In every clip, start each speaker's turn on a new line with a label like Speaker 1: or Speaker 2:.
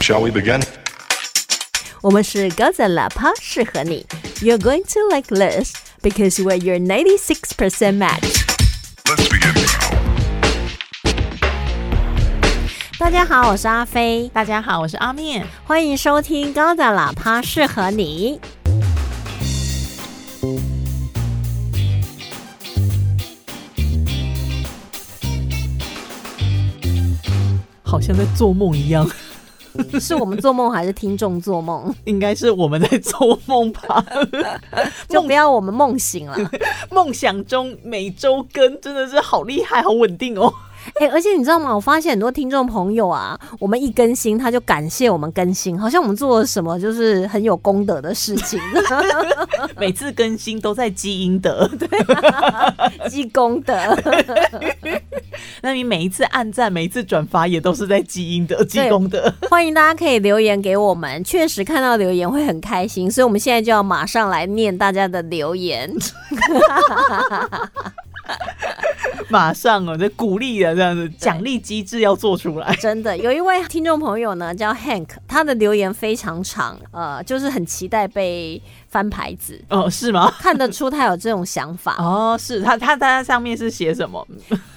Speaker 1: Shall we begin?
Speaker 2: 我们是高赞喇叭，适合你。You're going to like this because we're your 96% match.
Speaker 1: Let's begin.
Speaker 2: 大家好，我是阿飞，
Speaker 3: 大家好，我是阿面。
Speaker 2: 欢迎收听高赞喇叭，适合 你。
Speaker 3: 好像在做梦一样，
Speaker 2: 是我们做梦还是听众做梦？
Speaker 3: 应该是我们在做梦吧？
Speaker 2: 就不要我们梦醒了。
Speaker 3: 梦想中每周更真的是好厉害，好稳定哦。
Speaker 2: 哎、而且你知道吗？我发现很多听众朋友啊，我们一更新他就感谢我们更新，好像我们做了什么就是很有功德的事 情，
Speaker 3: 每次更新都在积阴德，
Speaker 2: 积功德。
Speaker 3: 那你每一次按赞、每一次转发也都是在积阴德、积功德。
Speaker 2: 欢迎大家可以留言给我们，确实看到留言会很开心，所以我们现在就要马上来念大家的留言。
Speaker 3: 马上哦，这鼓励的这样子奖励机制要做出来。
Speaker 2: 真的，有一位听众朋友呢叫 Hank，他的留言非常长，呃，就是很期待被翻牌子，
Speaker 3: 哦，是吗？
Speaker 2: 看得出他有这种想法。
Speaker 3: 哦，是他，他他上面是写什么？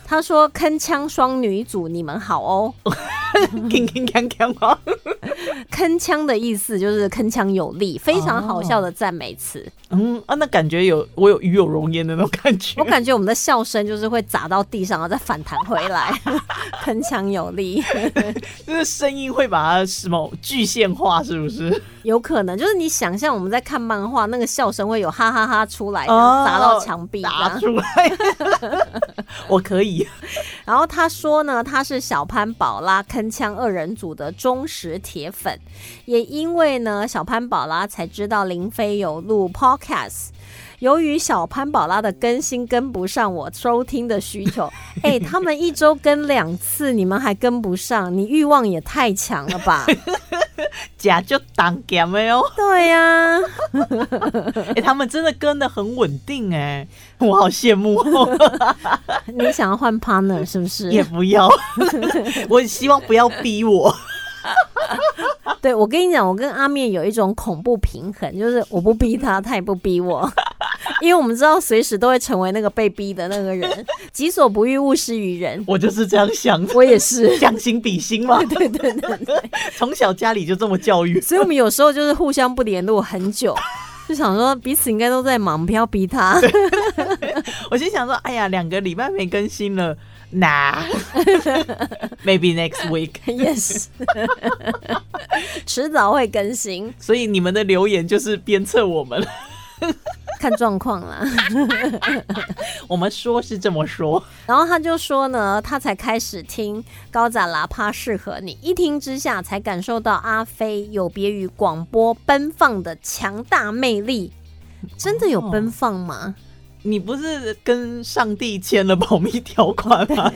Speaker 2: 他说：“铿锵双女组，你们好哦。
Speaker 3: 铿铿锵锵吗？
Speaker 2: 铿锵的意思就是铿锵有力，非常好笑的赞美词。
Speaker 3: 嗯啊，那感觉有我有与有容焉的那种感觉。
Speaker 2: 我感觉我们的笑声就是会砸到地上，然后再反弹回来， 铿锵有力。
Speaker 3: 就是声音会把它什么具现化，是不是？
Speaker 2: 有可能就是你想象我们在看漫画，那个笑声会有哈哈哈出来，然
Speaker 3: 哦
Speaker 2: 后砸到墙壁这样
Speaker 3: 打出来， 我可以。
Speaker 2: 然后他说呢，他是小潘宝拉铿锵二人组的忠实铁粉，也因为呢小潘宝拉才知道林飞有录 podcast。由于小潘宝拉的更新跟不上我收听的需求，哎、他们一周更两次，你们还跟不上，你欲望也太强了 吧？
Speaker 3: 假就当假没有，
Speaker 2: 对呀、
Speaker 3: 哎、他们真的跟的很稳定哎、我好羡慕哦，
Speaker 2: 你想要换 partner 是不是？
Speaker 3: 也不要，我希望不要逼我，
Speaker 2: 对，我跟你讲，我跟阿面有一种恐怖平衡，就是我不逼他，他也不逼我， 因为我们知道随时都会成为那个被逼的那个人。己所不欲，勿施于人。
Speaker 3: 我就是这样想的，
Speaker 2: 我也是，
Speaker 3: 将心比心嘛，
Speaker 2: 对对对对，
Speaker 3: 从小家里就这么教育。
Speaker 2: 所以我们有时候就是互相不联络很久，就想说彼此应该都在忙，不要逼他。
Speaker 3: 我心想说，哎呀，两个礼拜没更新了，那 maybe next week。
Speaker 2: yes，迟早会更新，
Speaker 3: 所以你们的留言就是鞭策我们，
Speaker 2: 看状况啦。
Speaker 3: 我们说是这么说，
Speaker 2: 然后他就说呢，他才开始听高展喇叭适合你，一听之下才感受到阿飞有别于广播奔放的强大魅力。真的有奔放吗？
Speaker 3: 你不是跟上帝签了保密条款吗？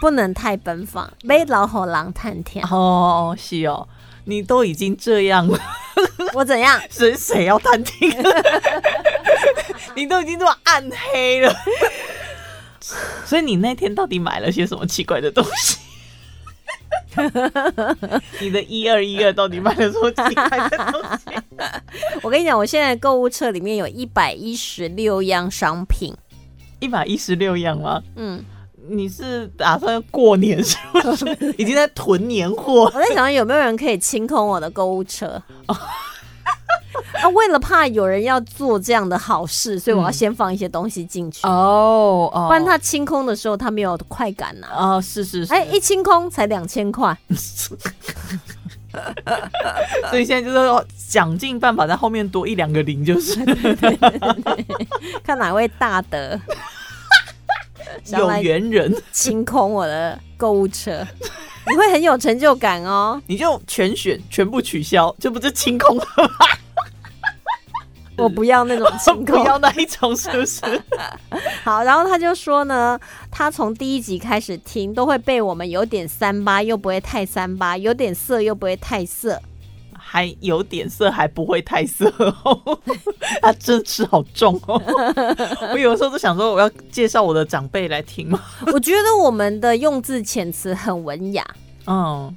Speaker 2: 不能太奔放，被老虎狼探 天。
Speaker 3: 哦，是哦，你都已经这样了，
Speaker 2: 我怎样？
Speaker 3: 谁谁要探 听？你都已经这么暗黑了，所以你那天到底买了些什么奇怪的东西？你的一二一二到底买了什么奇怪的东西？
Speaker 2: 我跟你讲，我现在购物车里面有一百一十六样商品。
Speaker 3: 一百一十六样吗？
Speaker 2: 嗯，
Speaker 3: 你是打算过年是不 是？已经在囤年货，
Speaker 2: 我在想有没有人可以清空我的购物车。啊，为了怕有人要做这样的好事，所以我要
Speaker 3: 嗯
Speaker 2: 先放一些东西进去。
Speaker 3: 哦哦
Speaker 2: 不然他清空的时候他没有快感呐、
Speaker 3: 哦是是是，
Speaker 2: 哎、一清空才两千 块，
Speaker 3: 所以现在就是说想尽办法在后面多一两个零，就是
Speaker 2: 看哪位大 德想
Speaker 3: 有
Speaker 2: 来
Speaker 3: 缘人，
Speaker 2: 清空我的购物车，你会很有成就感 哦。
Speaker 3: 你就全选全部取消，这不是清空了
Speaker 2: 我不要那种清
Speaker 3: 不
Speaker 2: 空。
Speaker 3: 要那一种是 不是？
Speaker 2: 好，然后他就说呢，他从第一集开始听，都会被我们有点三八又不会太三八，有点色又不会太 色。
Speaker 3: 还有点色，还不会太色哦。 他真的是好重哦， 我有的时候都想说，我要介绍我的长辈来听吗？
Speaker 2: 我觉得我们的用字遣词很文雅，
Speaker 3: 嗯，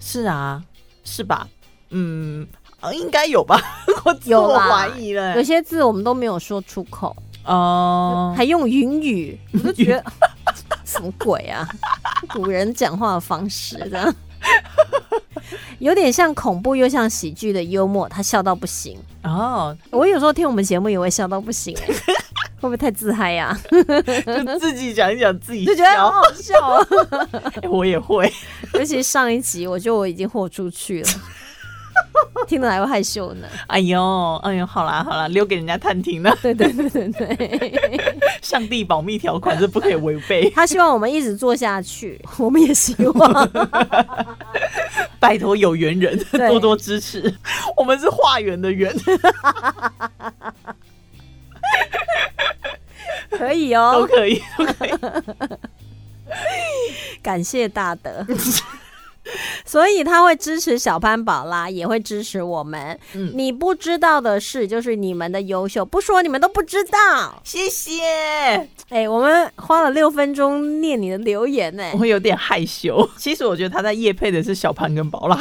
Speaker 3: 是啊，是吧？嗯，呃应该有吧？ 我自
Speaker 2: 有
Speaker 3: 我
Speaker 2: 啦
Speaker 3: 怀疑了、
Speaker 2: 有
Speaker 3: 欸。
Speaker 2: 些字我们都没有说出口，
Speaker 3: 哦、
Speaker 2: 还用云 雨，我就觉得什么鬼啊？古人讲话的方式这 样，有点像恐怖又像喜剧的幽默，他笑到不行。
Speaker 3: 哦，
Speaker 2: 我有时候听我们节目也会笑到不 行、欸会不会太自嗨呀、
Speaker 3: 就自己讲一讲自己
Speaker 2: 就觉得好
Speaker 3: 笑，
Speaker 2: 好笑哦。
Speaker 3: 欸我也会。
Speaker 2: 尤其上一集，我觉得我已经豁出去了， 听了还会害羞呢。
Speaker 3: 哎呦，哎呦，好啦好啦，留给人家探听了。
Speaker 2: 对对对对对，
Speaker 3: 上帝保密条款是不可以违 背，
Speaker 2: 他希望我们一直做下去， 我们也希望。
Speaker 3: 拜托有缘人
Speaker 2: 对
Speaker 3: 多多支持。 我们是化缘的缘，
Speaker 2: 可以
Speaker 3: 都
Speaker 2: 哦，
Speaker 3: 可以，都可以。
Speaker 2: 感谢大德。 所以他会支持小潘宝拉，也会支持我们。
Speaker 3: 嗯
Speaker 2: 你不知道的事，就是你们的优秀，不说你们都不知道。
Speaker 3: 谢谢。
Speaker 2: 哎、我们花了六分钟念你的留言呢、
Speaker 3: 我会有点害羞。其实我觉得他在夜配的是小潘跟宝拉，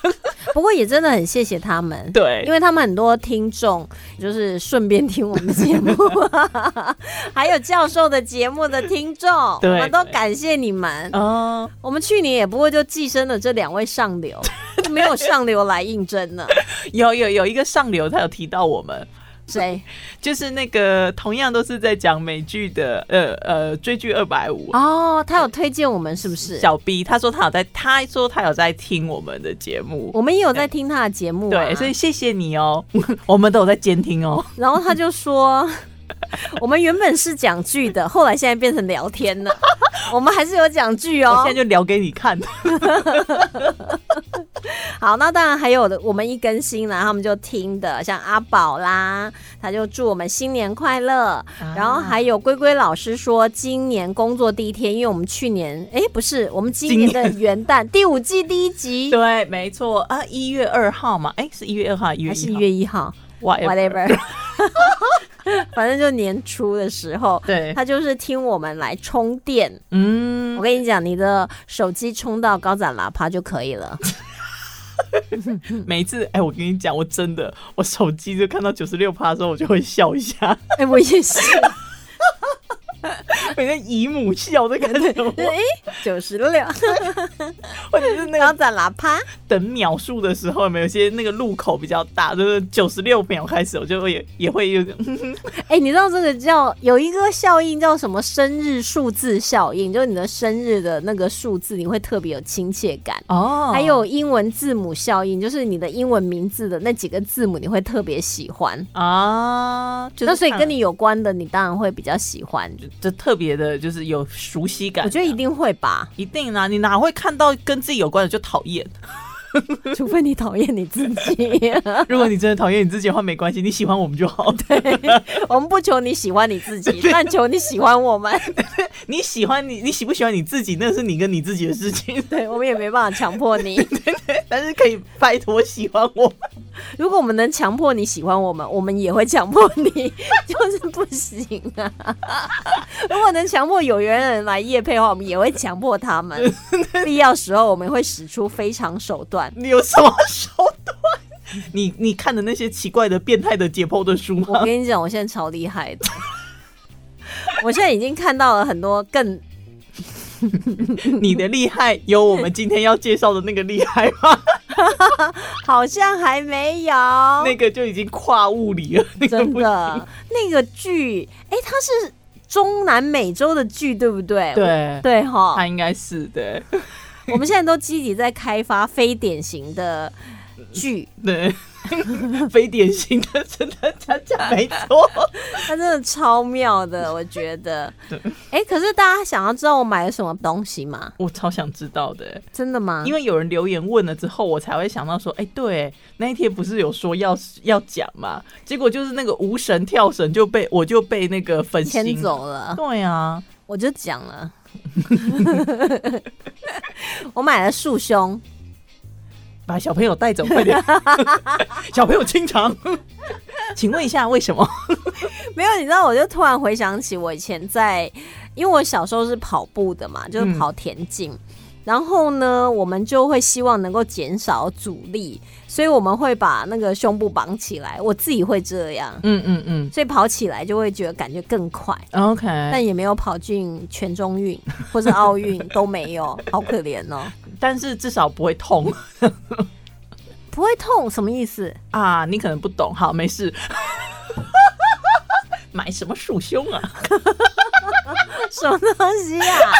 Speaker 2: 不过也真的很谢谢他们。
Speaker 3: 对，
Speaker 2: 因为他们很多听众就是顺便听我们的节 目，还有教授的节目的听众，我
Speaker 3: 对
Speaker 2: 们都感谢你们。
Speaker 3: 哦，
Speaker 2: 我们去年也不过就寄生了这两位上流，没有上流来应征 呢。
Speaker 3: 有有有一个上流，他有提到我们，
Speaker 2: 谁
Speaker 3: 就是那个同样都是在讲美剧的，呃呃，追剧二百五。
Speaker 2: 哦，他有推荐我们是不是？
Speaker 3: 小 B 他说他有在，他说他有在听我们的节目，
Speaker 2: 我们也有在听他的节目、啊，
Speaker 3: 对，所以谢谢你哦， 我们都有在监听 哦。
Speaker 2: 然后他就说， 我们原本是讲剧的，后来现在变成聊天 了，我们还是有讲剧
Speaker 3: 我
Speaker 2: 哦
Speaker 3: 现在。就聊给你看，
Speaker 2: 好，那当然还有的，我们一更新啦，他们就听的，像阿宝啦，他就祝我们新年快乐。
Speaker 3: 啊
Speaker 2: 然后还有龟龟老师说，今年工作第一天，因为我们去年，哎，不是，我们今年的元旦第五季第一集
Speaker 3: 对，没错啊，一月二号嘛，哎，是一月二号，一月
Speaker 2: 还是
Speaker 3: 一
Speaker 2: 一
Speaker 3: 号
Speaker 2: 月一号
Speaker 3: ，whatever，
Speaker 2: ，whatever，反 正就年初的时候。
Speaker 3: 对，
Speaker 2: 他就是听我们来充电，我
Speaker 3: 嗯，
Speaker 2: 跟你讲，你的手机充到高展喇叭就可以 了。嗯
Speaker 3: 每一次，哎、我跟你讲，我真的，我手机就看到九十六趴的时候，我就会笑 一下，
Speaker 2: 哎、我也是，
Speaker 3: 每个姨母笑的感觉，
Speaker 2: 哎、九十 六
Speaker 3: 或者是那
Speaker 2: 高
Speaker 3: 个
Speaker 2: 展喇叭。
Speaker 3: 等秒数的时候，有没有一些那个路口比较大，就是九十六秒开始，我就会也也会有点，嗯
Speaker 2: 哎、你知道这个叫有一个效应叫什么生日数字效应，就是你的生日的那个数字，你会特别有亲切感。
Speaker 3: 哦
Speaker 2: 还有英文字母效应，就是你的英文名字的那几个字母，你会特别喜欢。
Speaker 3: 啊，就是
Speaker 2: 那所以
Speaker 3: 看
Speaker 2: 跟你有关的，你当然会比较喜欢。
Speaker 3: 这特别的，就是有熟悉感，，
Speaker 2: 我觉得一。定会吧
Speaker 3: 一定啊啦、你哪会看到跟自己有关的就讨 厌？
Speaker 2: 除非你讨厌你自己。
Speaker 3: 如果你真的讨厌你自己的话，没关系，你喜欢我们 就好。
Speaker 2: 我们不求你喜欢你自己，但求你喜欢我们。
Speaker 3: 你喜欢你，你喜不喜欢你自己，那是你跟你自己的 事情。
Speaker 2: 对我们也没办法强迫你。
Speaker 3: 但是可以拜托喜欢我们。
Speaker 2: 如果我们能强迫你喜欢我们，我们也会强迫你， 就是不行啊。如果能强迫有缘人来夜配的话，我们也会强迫他们。必要时候，我们会使出非常手段。
Speaker 3: 你有什么手段？你你看的那些奇怪的、变态的解剖的书
Speaker 2: 我
Speaker 3: 吗？
Speaker 2: 跟你讲，我现在超厉害的， 我现在已经看到了很多更
Speaker 3: 你的厉害有我们今天要介绍的那个厉害 吗？
Speaker 2: 好像还没有。
Speaker 3: 那个就已经跨物理了，那个
Speaker 2: 真
Speaker 3: 不
Speaker 2: 的那个剧，哎、它是中南美洲的剧，对不对？
Speaker 3: 对，哎
Speaker 2: 对哈，
Speaker 3: 他应该是的，
Speaker 2: 我们现在都积极在开发非典型的 剧，
Speaker 3: 对，非典型的，真的，他讲 没错，
Speaker 2: 它真的超妙的，我觉得。哎、可是大家想要知道我买了什么东西吗？
Speaker 3: 我超想知道的，
Speaker 2: 真的吗？
Speaker 3: 因
Speaker 2: 为
Speaker 3: 为有人留言问了之后，我才会想到说，哎、对，那一天不是有说要要讲嘛，结果就是那个无神跳绳就被我就被那个分
Speaker 2: 牵
Speaker 3: 心，
Speaker 2: 走了，
Speaker 3: 对啊，
Speaker 2: 我就讲了。 我买了束胸，
Speaker 3: 把小朋友带走， 快点！小朋友清场。请问一下，为什么？
Speaker 2: 没有，你知道，我就突然嗯回想起我以前在，因为我小时候是跑步的嘛，就是跑田径。然后呢，我们就会希望能够减少阻力，所以我们会把那个胸部绑起来。我自己会这样，
Speaker 3: 嗯嗯嗯
Speaker 2: 所以跑起来就会觉得感觉更快，
Speaker 3: ，OK，但
Speaker 2: 但也没有跑进全中运或是奥运都没有，好可怜哦。
Speaker 3: 但是至少不会 痛
Speaker 2: 不会痛什么意思？
Speaker 3: 啊，你可能不懂，好，没 事。买什么束胸啊？
Speaker 2: 什么东西啊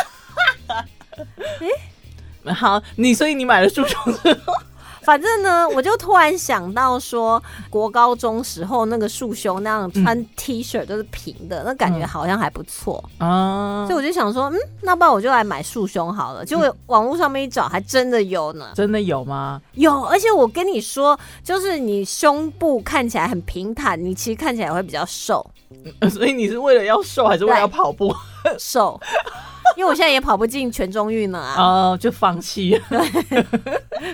Speaker 2: 呀、
Speaker 3: 好，你所以你买了束胸之后，
Speaker 2: 反正呢，我就突然想到说，国高中时候那个束胸那样穿 T 恤都是平的，那感觉
Speaker 3: 嗯
Speaker 2: 好像还不错，
Speaker 3: 啊
Speaker 2: 所以我就想说，嗯，那不然我就来买束胸好了。结果网络上面一找，还真的有呢，
Speaker 3: 真的有吗？
Speaker 2: 有。而且我跟你说，就是你胸部看起来很平坦，你其实看起来会比较瘦
Speaker 3: 所以你是为了要瘦，还是为了要跑 步？
Speaker 2: 瘦。因为我现在也跑不进全中运了啊，
Speaker 3: 哦，就放弃 了。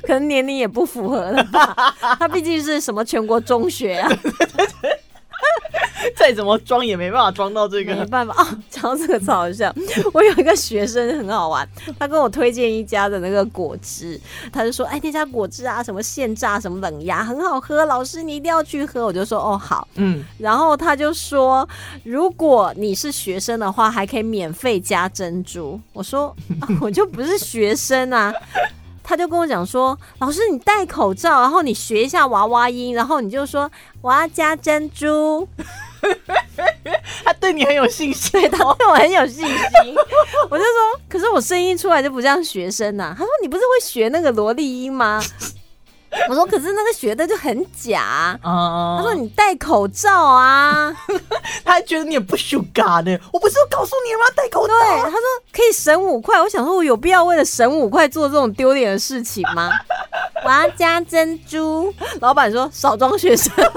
Speaker 2: 可能年龄也不符合了吧。他毕竟是什么全国中学啊，
Speaker 3: 再怎么装也没办法装到这
Speaker 2: 没
Speaker 3: 个。嗯
Speaker 2: 办法哦，讲到这个超好笑。 我有一个学生很好玩，他跟我推荐一家的那个果汁，他就说：“哎，那家果汁啊，什么现榨，什么冷压，很好喝，老师你一定要去喝。”我就说：“哦，好。
Speaker 3: 嗯，”
Speaker 2: 然后他就说：“如果你是学生的话，还可以免费加珍珠。”我说、 啊我就不是学生啊。”他就跟我讲说：“老师，你戴口罩，然后你学一下娃娃音，然后你就说我要加珍珠。”
Speaker 3: 他对你很有信心。
Speaker 2: 对 他对我很有信心。我就 说，可是我声音出来就不像学生啊呐、他说你不是会学那个萝莉音吗？ 我说可是那个学的就很假啊。
Speaker 3: 啊
Speaker 2: 他说你戴口罩啊，
Speaker 3: 他还觉得你也不 s u g 呢。我不是有告诉你了吗？戴口罩。
Speaker 2: 对，他说可以省五块。我想说，我有必要为了省五块做这种丢脸的事情吗？ 我要加珍珠。老板说少装学生，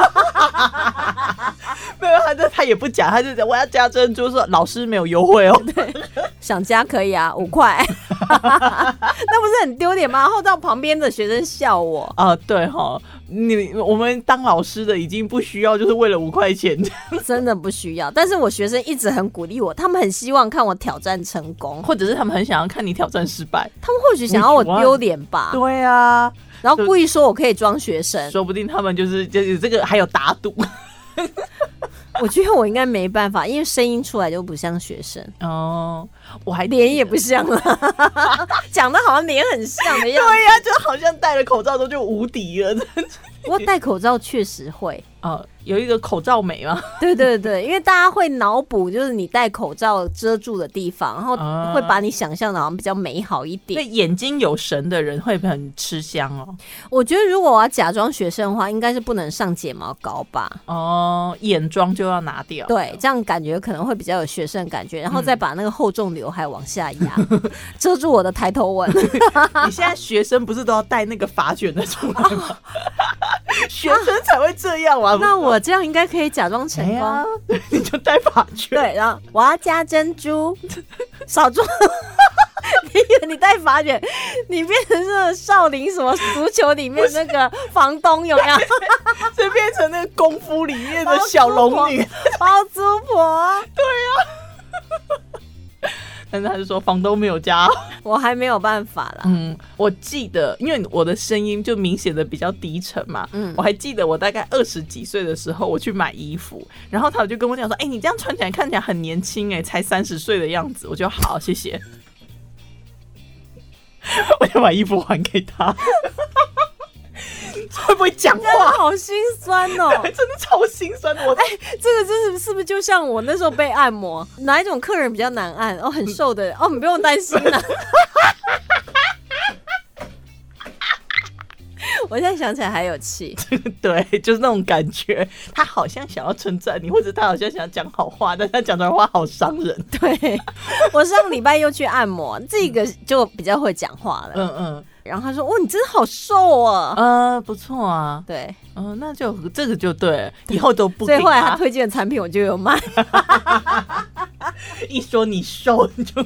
Speaker 3: 没有，他就他也不讲，他就讲我要加珍珠，说老师没有优惠哦。
Speaker 2: 想加可以啊，五块， 那不是很丢脸吗？然后到旁边的学生笑我。
Speaker 3: 啊，对哈，你我们当老师的已经不需要，就是为了五块钱。
Speaker 2: 真的不需要。但是我学生一直很鼓励我，他们很希望看我挑战成功，
Speaker 3: 或者是他们很想要看你挑战失败。
Speaker 2: 他们或许想要我丢脸吧，
Speaker 3: 对啊，
Speaker 2: 然后故意说我可以装学生。
Speaker 3: 说不定他们就是就是这个还有打赌。
Speaker 2: 我觉得我应该没办法，因为声音出来就不像学生，
Speaker 3: 哦，我还
Speaker 2: 脸也不像了， 讲的好像脸很像的样子。
Speaker 3: 对呀、就好像戴了口罩之后就无敌了。
Speaker 2: 不过戴口罩确实会。
Speaker 3: 哦，有一个口罩美嘛，
Speaker 2: 对对对，因为大家会脑补，就是你戴口罩遮住的地方，然后
Speaker 3: 啊
Speaker 2: 会把你想象的好像比较美好一点
Speaker 3: 对。眼睛有神的人会很吃香哦。
Speaker 2: 我觉得如果我要假装学生的话，应该是不能上睫毛膏吧。
Speaker 3: 哦，眼妆就要拿掉。
Speaker 2: 对，这样感觉可能会比较有学生的感觉，然后再
Speaker 3: 嗯
Speaker 2: 把那个厚重刘海往下 压，遮住我的抬头纹。
Speaker 3: 你现在学生不是都要戴那个发卷的出来 吗？学生才会这样 玩。
Speaker 2: 那我这样应该可以假装成
Speaker 3: 哎
Speaker 2: 功。
Speaker 3: 呀，你就戴发卷。
Speaker 2: 对，然后我要加珍珠，少装。你以为你戴发卷，你变成那个少林什么足球里面那个房东有没 有？
Speaker 3: 这变成那个功夫里 面的小龙女。
Speaker 2: 包租婆，
Speaker 3: 但是他就说房东没有加。
Speaker 2: 我还没有办法啦。
Speaker 3: 嗯，我记得，因为我的声音就明显的比较低沉嘛。
Speaker 2: 嗯
Speaker 3: 我还记得我大概二十几岁的时候，我去买衣服，然后他就跟我讲说：“哎、你这样穿起来看起来很年轻，哎，才三十岁的样子。”我就好，谢谢。 我就把衣服还给他。 会不会讲
Speaker 2: 真的
Speaker 3: 话？
Speaker 2: 好心酸哦、
Speaker 3: 真的超心酸的，我哎、
Speaker 2: 这个真是是不是就像我那时候被按摩，哪一种客人比较难按？ 哦，很瘦的人哦，你不用担心啦。 我现在想起来还有气，
Speaker 3: 对，就是那种感觉。他好像想要称赞你，或者他好像想讲好话，但他讲出来话好伤人。
Speaker 2: 对我上礼拜又去按摩，这个就比较会讲话了。
Speaker 3: 嗯嗯，
Speaker 2: 然后他说：“哦，你真的好瘦哦。
Speaker 3: 呃，不错啊”，
Speaker 2: 对，
Speaker 3: 嗯、那就这个就对，以后都不
Speaker 2: 所
Speaker 3: 给
Speaker 2: 以后来他
Speaker 3: 他。
Speaker 2: 推荐的产品我就有买。
Speaker 3: 一说你瘦，你 就。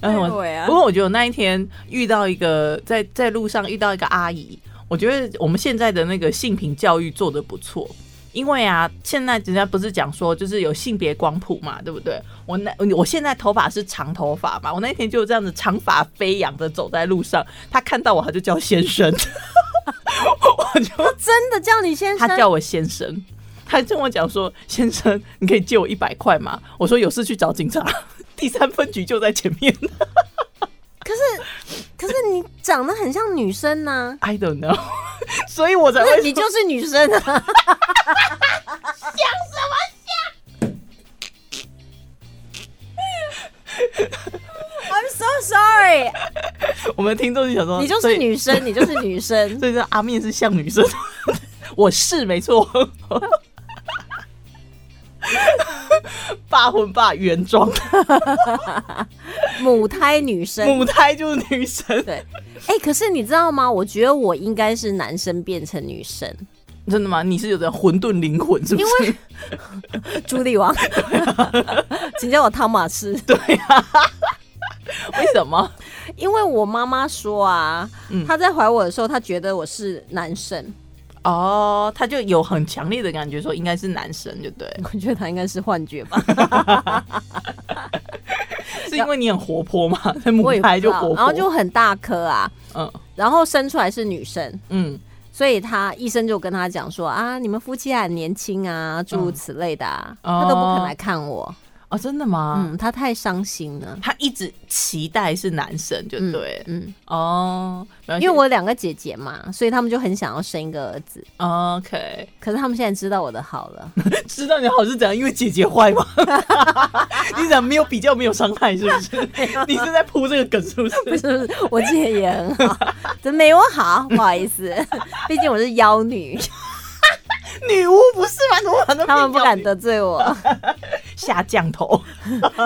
Speaker 3: 嗯，我
Speaker 2: 对啊
Speaker 3: 不过我觉得我那一天遇到一个在在路上遇到一个阿姨，我觉得我们现在的那个性平教育做的不错，因为啊，现在人家不是讲说就是有性别光谱嘛，对不对？我那我现在头发是长头发嘛，我那天就这样子长发飞扬的走在路上，他看到我他就叫先生， 我就
Speaker 2: 真的叫你先生
Speaker 3: 他？叫我先生。 他跟我讲说：“先生，你可以借我一百块吗？”我说：“有事去找警察，第三分局就在前面。
Speaker 2: 可是可是你长得很像女生呐、
Speaker 3: ”I don't know，所 以我才
Speaker 2: 不
Speaker 3: 会
Speaker 2: 是
Speaker 3: 说
Speaker 2: 你就是女生 啊。I'm so sorry，
Speaker 3: 我们的听众就想说，
Speaker 2: 你就
Speaker 3: 所
Speaker 2: 是
Speaker 3: 以
Speaker 2: 女生，你就是女 生。
Speaker 3: 所以说阿面是像女生， 我是没错。霸魂霸原装
Speaker 2: 母胎女生。
Speaker 3: 母胎就是女生，
Speaker 2: 对，哎、可是你知道吗？我觉得我应该是男生变成女生，
Speaker 3: 真的吗？你是有着混沌灵魂是不是？
Speaker 2: 朱莉王， 请叫我汤马斯。
Speaker 3: 为什么？
Speaker 2: 因为我妈妈说啊，
Speaker 3: 嗯
Speaker 2: 她在怀我的时候，她觉得我是男生，
Speaker 3: 哦，他就有很强烈的感觉，说应该是男生，就对，
Speaker 2: 我觉得她应该是幻觉吧，
Speaker 3: 是因为你很活泼 嘛，在母
Speaker 2: 我也不
Speaker 3: 胎
Speaker 2: 知
Speaker 3: 就
Speaker 2: 道
Speaker 3: 活泼，
Speaker 2: 然后就很大颗啊，
Speaker 3: 嗯
Speaker 2: 然后生出来是女生。
Speaker 3: 嗯
Speaker 2: 所以她医生就跟她讲说啊，你们夫妻还很年轻啊，诸如此类的啊，
Speaker 3: 嗯哦
Speaker 2: 她都不肯来看我，
Speaker 3: 哦，真的吗？
Speaker 2: 嗯，她太伤心了，
Speaker 3: 他一直期待是男生，就
Speaker 2: 嗯，
Speaker 3: 对、
Speaker 2: 嗯，
Speaker 3: 哦，没关系
Speaker 2: 因为我有两个姐姐嘛，所以他们就很想要生一个儿子，
Speaker 3: 哦 OK，
Speaker 2: 可是他们现在知道我的好了，
Speaker 3: 知道你好是怎样？因为姐姐坏 吗？你怎么没有比较没有伤害？是不 是？你是在铺这个梗是不是？
Speaker 2: 不是不是，我姐也很好，真没我好，不好意思， 毕竟我是妖女，
Speaker 3: 女巫不是吗？怎么可能
Speaker 2: 他们不敢得罪我。
Speaker 3: 下降头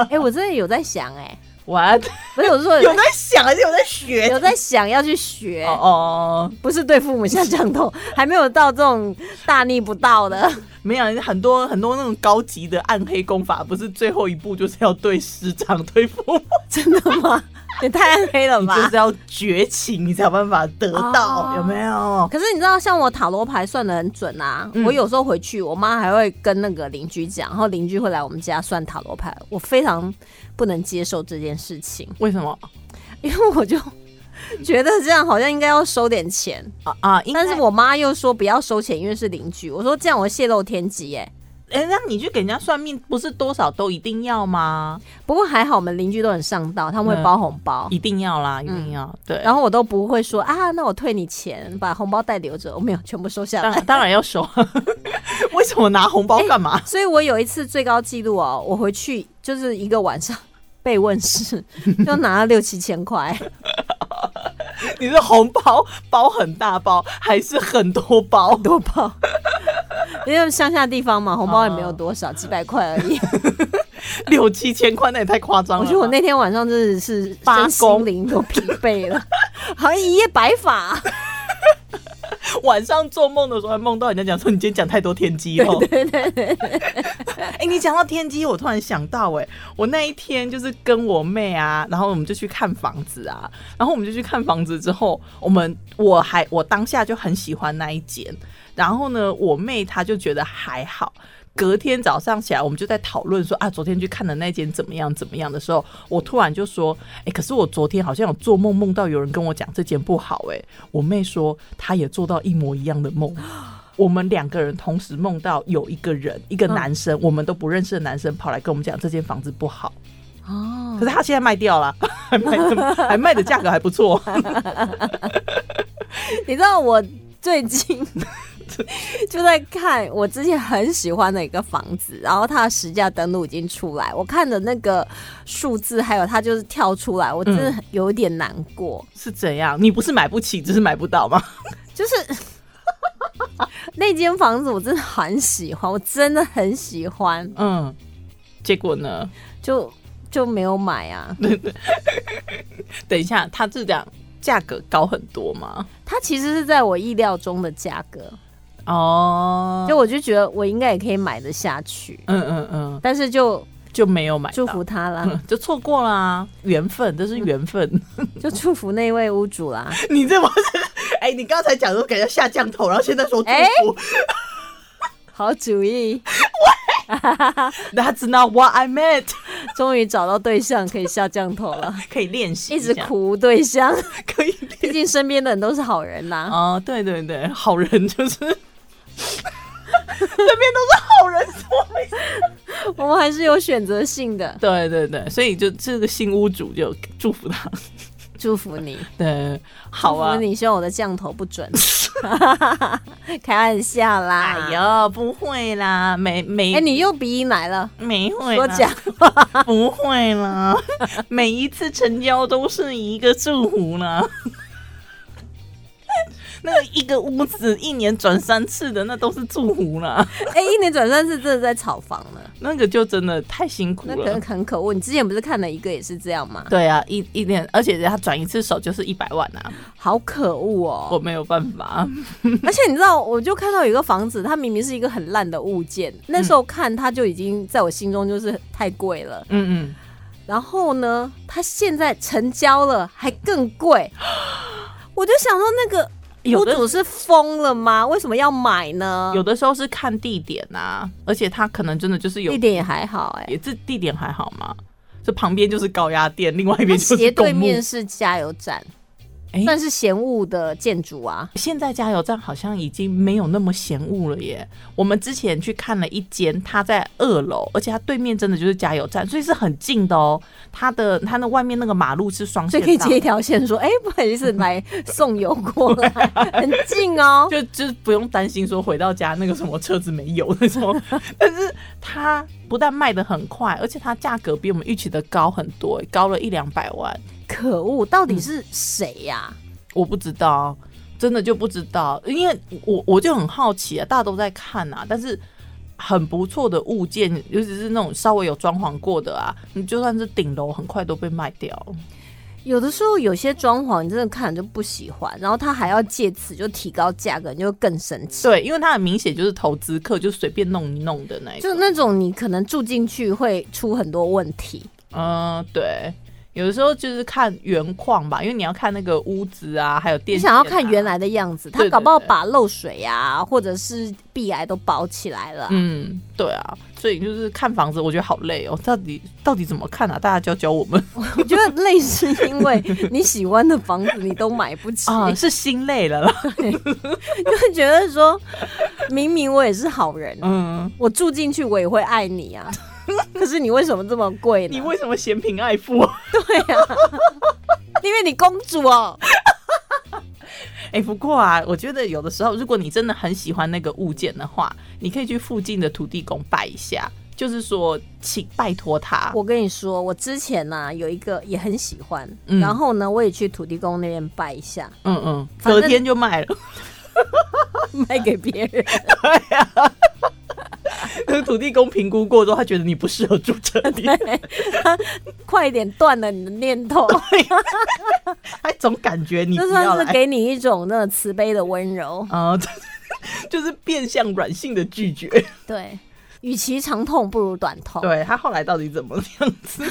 Speaker 2: 哎、我真的有在想、哎，
Speaker 3: ？What？
Speaker 2: 不是我是说
Speaker 3: 有
Speaker 2: 有
Speaker 3: 在想还是有在学？
Speaker 2: 有在想要去学，
Speaker 3: 哦哦，
Speaker 2: 不是对父母下降头，还没有到这种大逆不道的。
Speaker 3: 没有很多很多那种高级的暗黑功法，不是最后一步就是要对师长对父母，
Speaker 2: 真的吗？ 也太暗黑了
Speaker 3: 你
Speaker 2: 吧！
Speaker 3: 就是要绝情，你才有办法得到，
Speaker 2: 哦
Speaker 3: 有没有？
Speaker 2: 可是你知道，像我塔罗牌算的很准啊。
Speaker 3: 嗯
Speaker 2: 我有时候回去，我妈还会跟那个邻居讲，然后邻居会来我们家算塔罗牌。我非常不能接受这件事情，
Speaker 3: 为什么
Speaker 2: 因为我就觉得这样好像应该要收点钱，
Speaker 3: 啊啊？应该
Speaker 2: 但是我妈又说不要收钱，因为是邻居。我说这样我会泄露天机耶、
Speaker 3: 哎、那你去给人家算命，不是多少都一定要吗？
Speaker 2: 不过还好我们邻居都很上道，他们会
Speaker 3: 嗯
Speaker 2: 包红包。
Speaker 3: 一定要
Speaker 2: 嗯
Speaker 3: 啦，一定要。对，
Speaker 2: 然后我都不会说啊，那我退你钱，把红包袋留着。我没有，全部收下
Speaker 3: 嗯当
Speaker 2: 来
Speaker 3: 然。当然要收。 为什么拿红包干嘛？
Speaker 2: 所以我有一次最高纪录哦，我回去就是一个晚上被问世，就拿了六七千 块，
Speaker 3: 你是红包包很大包，还是很多包？
Speaker 2: 多包。因为乡下地方嘛，红包也没有多
Speaker 3: 哦
Speaker 2: 少，几百块而 已。
Speaker 3: 六七千块，那也太夸张了
Speaker 2: 我
Speaker 3: 吧。
Speaker 2: 觉得我那天晚上真的是
Speaker 3: 八
Speaker 2: 身心
Speaker 3: 公
Speaker 2: 灵都疲惫了，好像一夜白 发。
Speaker 3: 晚上做梦的时候，还梦到人家讲说你今天讲太多天机哦。对对对。 哎、你讲到天机，我突然想到、哎，我那一天就是跟我妹啊，然后我们就去看房子啊，然后我们就去看房子之后，我们我还我当下就很喜欢那一间，然后呢，我妹她就觉得还好。隔天早上起来，我们就在讨论说啊，昨天去看的那间怎么样怎么样的时候，我突然就说，哎、可是我昨天好像有做梦，梦到有人跟我讲这间不好、诶，哎，我妹说她也做到一模一样的梦。我们两个人同时梦到有一个人，一个男生，我们都不认识的男生跑来跟我们讲这间房子不好，
Speaker 2: 哦
Speaker 3: 可，是他现在卖掉了， 还卖的还卖的价格还不错。
Speaker 2: 你知道我最近 就在看我之前很喜欢的一个房子，然后它的实价登录已经出来，我看的那个数字还有它就是跳出来，我真
Speaker 3: 嗯
Speaker 2: 的有点难过，
Speaker 3: 是怎样？你不是买不起，只是买不到吗？
Speaker 2: 就是 那间房子我真的很喜欢，我真的很喜欢，
Speaker 3: 嗯，结果呢？
Speaker 2: 就就没有买 啊。
Speaker 3: 等一下，他是这样，价格高很多吗？
Speaker 2: 它其实是在我意料中的价格，
Speaker 3: 哦，
Speaker 2: 就我就觉得我应该也可以买得下去，
Speaker 3: 嗯嗯嗯，
Speaker 2: 但是就
Speaker 3: 就没有买到
Speaker 2: 祝福他啦，
Speaker 3: 嗯就错过啦、缘分，这是缘分。
Speaker 2: 就祝福那位屋主啦。
Speaker 3: 你哎这不是？哎、你刚才讲说给人家下降头，然后现在说祝福，
Speaker 2: 哎好主意，
Speaker 3: That's not what I meant 。
Speaker 2: 终于找到对象可以下降头了，
Speaker 3: 可以练习
Speaker 2: 一直
Speaker 3: 下，
Speaker 2: 苦无对象，
Speaker 3: 可以
Speaker 2: 毕
Speaker 3: 练。
Speaker 2: 竟身边的人都是好人呐、
Speaker 3: 哦，对对对，好人就是 身边都是好人，什么意思？
Speaker 2: 我们还是有选择性的。
Speaker 3: 对对对，所以就这个新屋主就祝福他。
Speaker 2: 祝福你，
Speaker 3: 对， 好啊
Speaker 2: 祝福。你，希望我的降头不 准。 开玩笑啦，
Speaker 3: 哎呦，不会啦，没没、
Speaker 2: 哎、你又鼻音来了，
Speaker 3: 没会
Speaker 2: 说
Speaker 3: 啦，
Speaker 2: 假
Speaker 3: 不会啦， 每一次成交都是一个祝福啦。 那个一个屋子一年转三次的，那都是祝福啦。
Speaker 2: 哎、一年转三次，真的在炒房 呢，
Speaker 3: 那个就真的太辛苦
Speaker 2: 那可能
Speaker 3: 了。
Speaker 2: 很可恶。你之前不是看了一个也是这样吗？
Speaker 3: 对啊，一一年，而且他转一次手就是一百万啊，
Speaker 2: 好可恶哦！
Speaker 3: 我没有办法。
Speaker 2: 而且你知道，我就看到有一个房子，它明明是一个很烂的物件，那时候看它就已经在我心中就是太贵了。
Speaker 3: 嗯嗯，
Speaker 2: 然后呢，它现在成交了还更贵， 我就想说那个
Speaker 3: 有
Speaker 2: 屋
Speaker 3: 的
Speaker 2: 主是疯了吗？为什么要买呢？
Speaker 3: 有的时候是看地点啊，而且他可能真的就是有
Speaker 2: 一点也还好哎、
Speaker 3: 也这地点还好嘛，这旁边就是高压电，另外一
Speaker 2: 它
Speaker 3: 边就是
Speaker 2: 斜对
Speaker 3: 公墓
Speaker 2: 面。是加油站，
Speaker 3: 哎
Speaker 2: 算是嫌恶的建筑啊。
Speaker 3: 现在加油站好像已经没有那么嫌恶了耶。我们之前去看了一间，它在二楼，而且它对面真的就是加油站，所以是很近的哦。它的它的外面那个马路是双
Speaker 2: 所
Speaker 3: 线
Speaker 2: 以可以
Speaker 3: 道
Speaker 2: 接一，条线说，哎、不好意思，来送油过 来，很近哦。
Speaker 3: 就就是不用担心说回到家那个什么车子没油那种。 但是它不但卖的很快，而且它价格比我们预期的高很多，高了一两百万。
Speaker 2: 可恶，到底是谁呀、
Speaker 3: 我不知道，真的就不知道，因为我我就很好奇啊，大家都在看啊，但是很不错的物件，尤其是那种稍微有装潢过的啊，你就算是顶楼，很快都被卖掉。
Speaker 2: 有的时候有些装潢你真的看了就不喜欢，然后他还要借此就提高价格，你就更生气。
Speaker 3: 对，因为它很明显就是投资客，就随便弄一弄的那一种。
Speaker 2: 就那种你可能住进去会出很多问题，
Speaker 3: 嗯，对。有的时候就是看原况吧，因为你要看那个屋子啊，还有
Speaker 2: 你
Speaker 3: 电、啊
Speaker 2: 想要看原，来的样子，他
Speaker 3: 对对
Speaker 2: 搞不好
Speaker 3: 对
Speaker 2: 把漏水啊或者是壁癌都包起来 了。
Speaker 3: 嗯，对啊，所以就是看房子，我觉得好累哦。到底到底怎么看啊？大家教教我们。
Speaker 2: 我觉得累是因为你喜欢的房子你都买不起，
Speaker 3: 啊，是心累了啦。
Speaker 2: 就觉得说明明我也是好人，
Speaker 3: 嗯，
Speaker 2: 我住进去我也会爱你 啊，可是你为什么这么贵呢？
Speaker 3: 你为什么嫌贫爱富？啊
Speaker 2: 对呀、 因为你公主哦。
Speaker 3: 哎、不过啊，我觉得有的时候，如果你真的很喜欢那个物件的话，你可以去附近的土地公拜一下，就是说，请拜托他。
Speaker 2: 我跟你说，我之前呢、啊有一个也很喜欢，
Speaker 3: 嗯
Speaker 2: 然后呢我也去土地公那边拜一 下，
Speaker 3: 嗯嗯，
Speaker 2: 反
Speaker 3: 隔
Speaker 2: 正
Speaker 3: 天就卖 了。
Speaker 2: 卖给别人。
Speaker 3: 土地公评估过之后，他觉得你不适合住这里，
Speaker 2: 快一点断了你的念 头，
Speaker 3: 他总感觉哦你不
Speaker 2: 这
Speaker 3: 要
Speaker 2: 算是
Speaker 3: 来。
Speaker 2: 给你一种那种慈悲的温柔。
Speaker 3: 啊、 就是变相软性的拒绝。
Speaker 2: 对，与其长痛不如短痛。
Speaker 3: 对他后来到底怎么样子？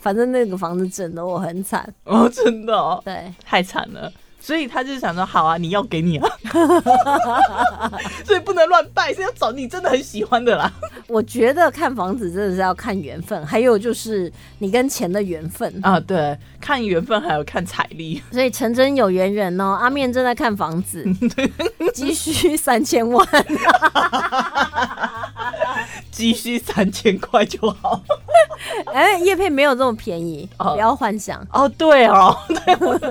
Speaker 2: 反正那个房子整得我很惨。
Speaker 3: 哦，真的哦，
Speaker 2: 对，
Speaker 3: 太惨了。所以他就想说，好啊，你要给你啊， 所以不能乱拜，是要找你真的很喜欢的啦。
Speaker 2: 我觉得看房子真的是要看缘分，还有就是你跟钱的缘分。
Speaker 3: 啊，对，看缘分还有看财力，
Speaker 2: 所以成真有缘人哦，阿面正在看房子， 急需三千万。
Speaker 3: 积蓄三千块就好。
Speaker 2: 哎，叶配没有这么便宜，
Speaker 3: 哦
Speaker 2: 不要幻想。
Speaker 3: 哦，对哦， 对，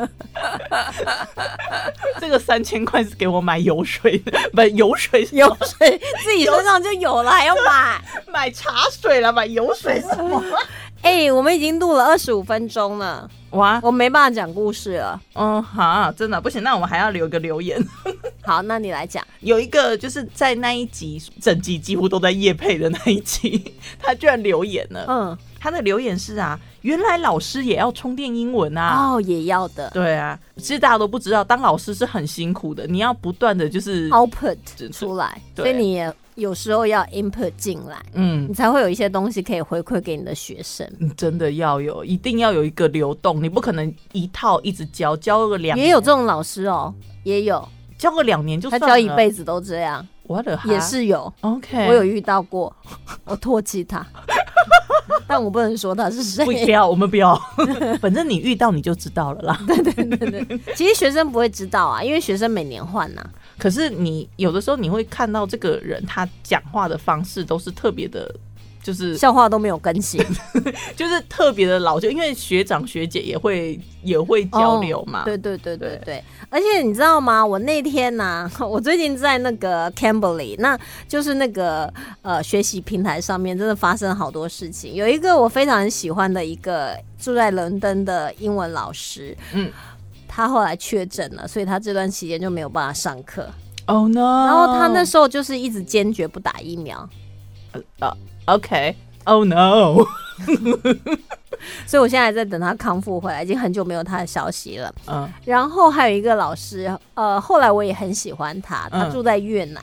Speaker 3: 这个三千块是给我买油水的，不，油水是
Speaker 2: 油水自己身上就有了，还要 买？
Speaker 3: 买茶水了，买油水 什么？
Speaker 2: 哎、我们已经录了二十五分钟了，
Speaker 3: 哇，
Speaker 2: 我没办法讲故事了。
Speaker 3: 嗯，哈，真的不行，那我们还要留个留言。
Speaker 2: 好，那你来讲。
Speaker 3: 有一个就是在那一集，整集几乎都在夜配的那一集， 他居然留言了。
Speaker 2: 嗯，
Speaker 3: 他的留言是啊，原来老师也要充电英文啊。
Speaker 2: 哦，也要的。
Speaker 3: 对啊，其实大家都不知道，当老师是很辛苦的，你要不断的就是，
Speaker 2: output
Speaker 3: 是
Speaker 2: 出来，所
Speaker 3: 对
Speaker 2: 以你也有时候要 input 进来，
Speaker 3: 嗯
Speaker 2: 你，才会有一些东西可以回馈给你的学生。
Speaker 3: 你真的要有，一定要有一个流动，你不可能一套一直教，教个两
Speaker 2: 也有这种老师哦，也有，
Speaker 3: 教个两年就
Speaker 2: 他
Speaker 3: 算
Speaker 2: 教一
Speaker 3: 了啊
Speaker 2: 辈子都这样，
Speaker 3: 我的哈
Speaker 2: 也是有，
Speaker 3: OK，
Speaker 2: 我有遇到过， 我唾弃 他，但我不能说他是谁
Speaker 3: 不。不要，我们不要， 反正你遇到你就知道了啦。
Speaker 2: 其实学生不会知道啊，因为学生每年换啊呐、
Speaker 3: 可是你有的时候你会看到这个人他讲话的方式都是特别的， 就是
Speaker 2: 笑话都没有更新。
Speaker 3: 就是特别的老旧，因为学长学姐也会也会交流嘛。
Speaker 2: 哦对对对对
Speaker 3: 对
Speaker 2: 对，而且你知道吗？我那天呢、 我最近在那个 Cambly，那就是那个呃学习平台上面，真的发生好多事情。有一个我非常喜欢的一个住在伦敦的英文老师，
Speaker 3: 嗯
Speaker 2: 他后来确诊了，所以他这段期间就没有办法上课。
Speaker 3: ，Oh no！
Speaker 2: 然后他那时候就是一直坚决不打疫苗，
Speaker 3: OK，Oh Oh no！
Speaker 2: 所以我现在还在等他康复回来，已经很久没有他的消息了。
Speaker 3: 嗯，
Speaker 2: 然后还有一个老师，呃，后来我也很喜欢她，她
Speaker 3: 嗯
Speaker 2: 住在越南。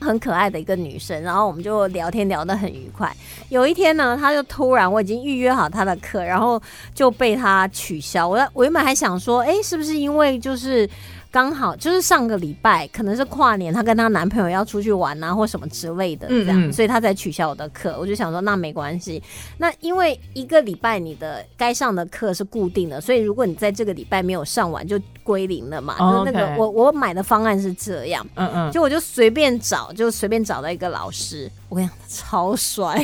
Speaker 2: 很可爱的一个女生，然后我们就聊天聊得很愉快。有一天呢，她就突然，我已经预约好她的课，然后就被她取消。我我原本还想说，诶，是不是因为就是刚好就是上个礼拜可能是跨年，她跟她男朋友要出去玩啊，或什么之类的，
Speaker 3: 嗯
Speaker 2: 这样，
Speaker 3: 嗯
Speaker 2: 所以她才取消我的课。我就想说，那没关系，那因为一个礼拜你的该上的课是固定的，所以如果你在这个礼拜没有上完，就归零了嘛。
Speaker 3: 哦
Speaker 2: 就是那个
Speaker 3: OK
Speaker 2: 我我买的方案是这样，
Speaker 3: 嗯嗯，
Speaker 2: 就我就随便找，就随便找到一个老师，我跟你讲超帅，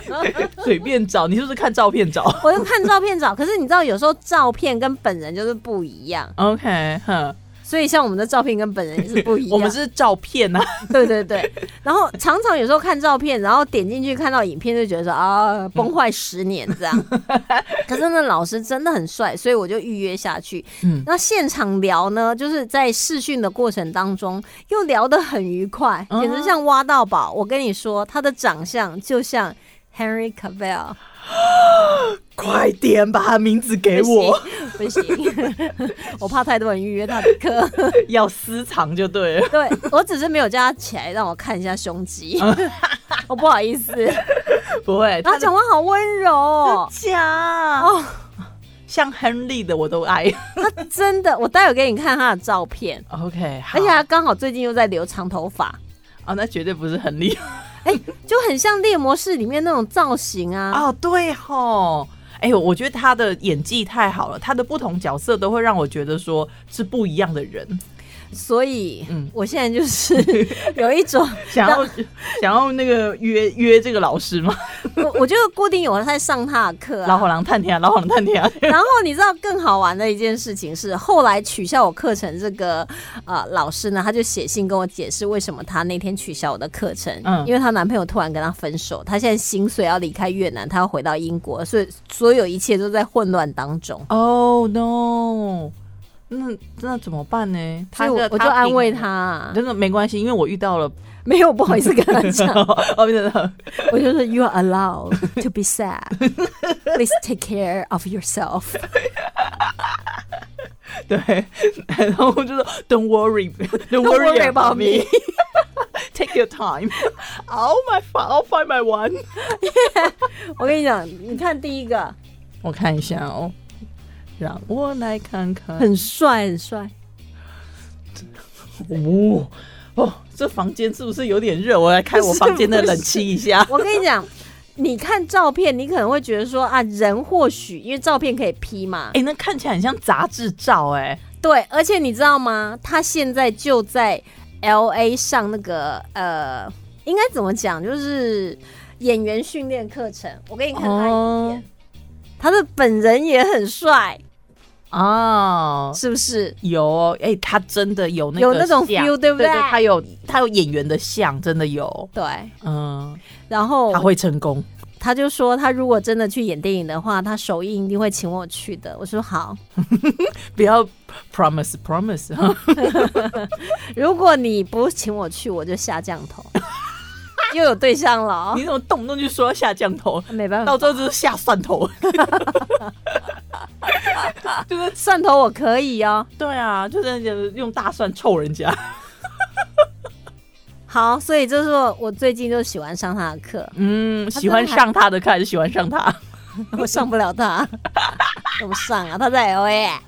Speaker 3: 随便找，你是不是看照片找
Speaker 2: 我就看照片找。可是你知道，有时候照片跟本人就是不一样，
Speaker 3: ？OK，哼，
Speaker 2: 所以像我们的照片跟本人也是不一样。
Speaker 3: 我们是照片呐、啊，
Speaker 2: 对对对，然后常常有时候看照片，然后点进去看到影片，就觉得说
Speaker 3: 嗯
Speaker 2: 啊，崩坏十年这 样。可是那老师真的很帅，所以我就预约下去。
Speaker 3: 嗯
Speaker 2: 那现场聊呢，就是在试训的过程当中，又聊得很愉快，
Speaker 3: 啊
Speaker 2: 简直像挖到宝。我跟你说，他的长相就像 Henry Cavill，
Speaker 3: 快点把他名字给我，
Speaker 2: 不行，不行 我怕太多人预约他的课。
Speaker 3: 要私藏就对了。
Speaker 2: 对我只是没有叫他起来让我看一下胸肌，我不好意思。
Speaker 3: 不会，
Speaker 2: 他
Speaker 3: 他
Speaker 2: 讲话好温柔、哦。
Speaker 3: 假
Speaker 2: 哦，
Speaker 3: 像亨利的我都爱。
Speaker 2: 真的，我待会给你看他的照片，
Speaker 3: OK，好
Speaker 2: 而且他刚好最近又在留长头 发，哎
Speaker 3: 哦，那绝对不是亨利。
Speaker 2: 就很像《猎魔士》里面那种造型啊。
Speaker 3: 哦，对吼。哎呦，我觉得他的演技太好了，他的不同角色都会让我觉得说是不一样的人，
Speaker 2: 所以，
Speaker 3: 嗯
Speaker 2: 我现在就是 有一种，
Speaker 3: 想要想要那个约约这个老师吗？
Speaker 2: 我我就固定有在上他的课
Speaker 3: 老
Speaker 2: 啊。
Speaker 3: 火狼探天啊，老火狼探 天啊！
Speaker 2: 然后你知道更好玩的一件事情是，后来取消我课程这个呃老师呢，他就写信跟我解释为什么他那天取消我的课程，
Speaker 3: 嗯
Speaker 2: 因为她男朋友突然跟她分手，她现在心碎要离开越南，她要回到英国，所以所有一切都在混乱当中。
Speaker 3: 哦、no，那那怎么办呢？
Speaker 2: 所以
Speaker 3: 他
Speaker 2: 我
Speaker 3: 的
Speaker 2: 我就安慰
Speaker 3: 顶
Speaker 2: 他、啊，
Speaker 3: 真的没关系，因为我遇到了，
Speaker 2: 没有不好意思跟他讲，
Speaker 3: 哦，真的，
Speaker 2: 我就说 You are allowed to be sad, please take care of yourself。
Speaker 3: 对， 然后我就说 Don't worry,
Speaker 2: Don't
Speaker 3: don't worry
Speaker 2: worry about
Speaker 3: about me, take your time. I'll my fi- I'll find my one.
Speaker 2: 我跟你讲，你看第一个
Speaker 3: 我看一下哦，让我来看看。
Speaker 2: 很帅很帅，
Speaker 3: 哦哦，这房间是不是有点热？我来开我房间的冷气一下。
Speaker 2: 我跟你讲。你看照片，你可能会觉得说啊，人或许因为照片可以 P 嘛，
Speaker 3: 哎、那看起来很像杂志照哎、
Speaker 2: 对，而且你知道吗？他现在就在 L A 上那个呃，应该怎么讲，就是演员训练课程。我给你看他影片，
Speaker 3: 哦
Speaker 2: 他的本人也很帅，
Speaker 3: 哦，
Speaker 2: 是不是？
Speaker 3: 有哦哎、他真的有那
Speaker 2: 有那种
Speaker 3: 像
Speaker 2: feel，对不
Speaker 3: 对？
Speaker 2: 对
Speaker 3: 他有他有演员的像，真的有。
Speaker 2: 对，
Speaker 3: 嗯，
Speaker 2: 然后
Speaker 3: 他会成功。
Speaker 2: 他就说，他如果真的去演电影的话，他首映一定会请我去的。我说好，
Speaker 3: 不要 promise promise 哈，
Speaker 2: 如果你不请我去，我就下降 头，又有对象了哦
Speaker 3: 你，怎么动不动就说要下降头？
Speaker 2: 没办法
Speaker 3: 到，最后就是下蒜头，就是
Speaker 2: 蒜头我可以哦。
Speaker 3: 对啊，就是用大蒜臭人家。
Speaker 2: 好，所以就是我最近就喜欢上他的 课，
Speaker 3: 嗯，
Speaker 2: 他
Speaker 3: 喜
Speaker 2: 真
Speaker 3: 欢
Speaker 2: 的还
Speaker 3: 上他的课还是喜欢 上他？
Speaker 2: 啊我上不了他，怎么上啊？他在 L A，
Speaker 3: 啊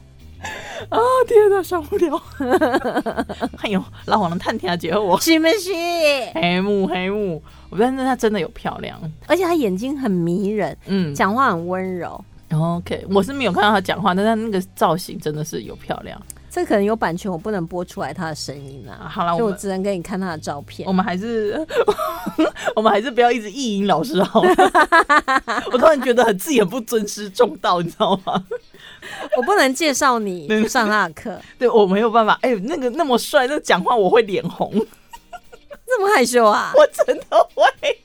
Speaker 3: 天哪，上不了！ 哎呦，老黄能探听结我
Speaker 2: 是不是？
Speaker 3: 黑幕黑幕，我但是她真的有漂亮，
Speaker 2: 而且她眼睛很迷人，
Speaker 3: 嗯
Speaker 2: 讲话很温柔。
Speaker 3: ，OK，我是没有看到她讲话，但她那个造型真的是有漂亮。
Speaker 2: 这可能有版权，我不能播出来她的声音啊，
Speaker 3: 啊好了，
Speaker 2: 所以
Speaker 3: 我
Speaker 2: 我
Speaker 3: 们
Speaker 2: 只能给你看她的照片
Speaker 3: 我。们还是我们还是不要一直意淫老师好 了。我突然觉得很自己很不尊师重道，你知道吗？
Speaker 2: 我不能介绍 你
Speaker 3: 对
Speaker 2: 去上她的课，
Speaker 3: 对我没有办法，哎、那个那么帅，那讲话我会脸红，
Speaker 2: 这么害羞啊？
Speaker 3: 我真的会。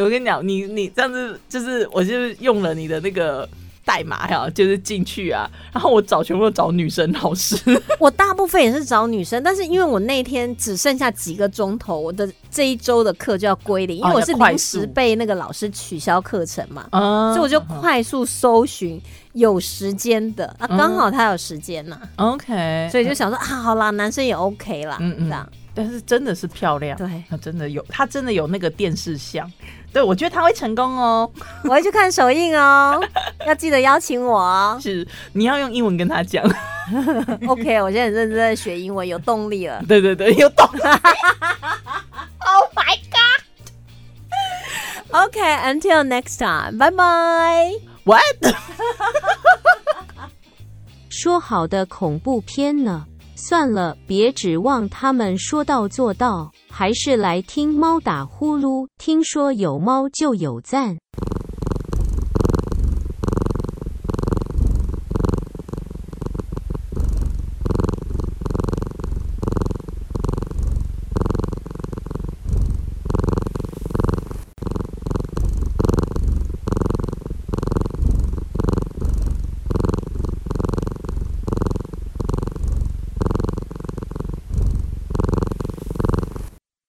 Speaker 3: 我跟你讲，你你这样子就是，我就是用了你的那个代码呀，就是进去啊，然后我找全部都找女生老师，
Speaker 2: 我大部分也是找女生，但是因为我那天只剩下几个钟头，我的这一周的课就要归零，因为
Speaker 3: 哦
Speaker 2: 我
Speaker 3: 要
Speaker 2: 是
Speaker 3: 快
Speaker 2: 临时
Speaker 3: 速
Speaker 2: 被那个老师取消课程嘛，
Speaker 3: 啊
Speaker 2: 所以我就快速搜寻有时间的啊，
Speaker 3: 嗯
Speaker 2: 刚好他有时间呐、
Speaker 3: OK，
Speaker 2: 所以就想说啊，好啦，男生也 OK 啦，
Speaker 3: 嗯嗯
Speaker 2: 这样
Speaker 3: 但是真的是漂亮，
Speaker 2: 对，
Speaker 3: 她真的有，她真的有那个电视像，对我觉得她会成功哦。
Speaker 2: 我会去看首映 哦，要记得邀请我哦。
Speaker 3: 是你要用英文跟她讲，
Speaker 2: OK，我现在很认真在学英文，有动力了。
Speaker 3: 对对对，有懂。
Speaker 2: OK，until、next time，拜拜。
Speaker 3: What？
Speaker 1: 说好的恐怖片呢？算了，别指望他们说到做到，还是来听猫打呼噜。听说有猫就有赞。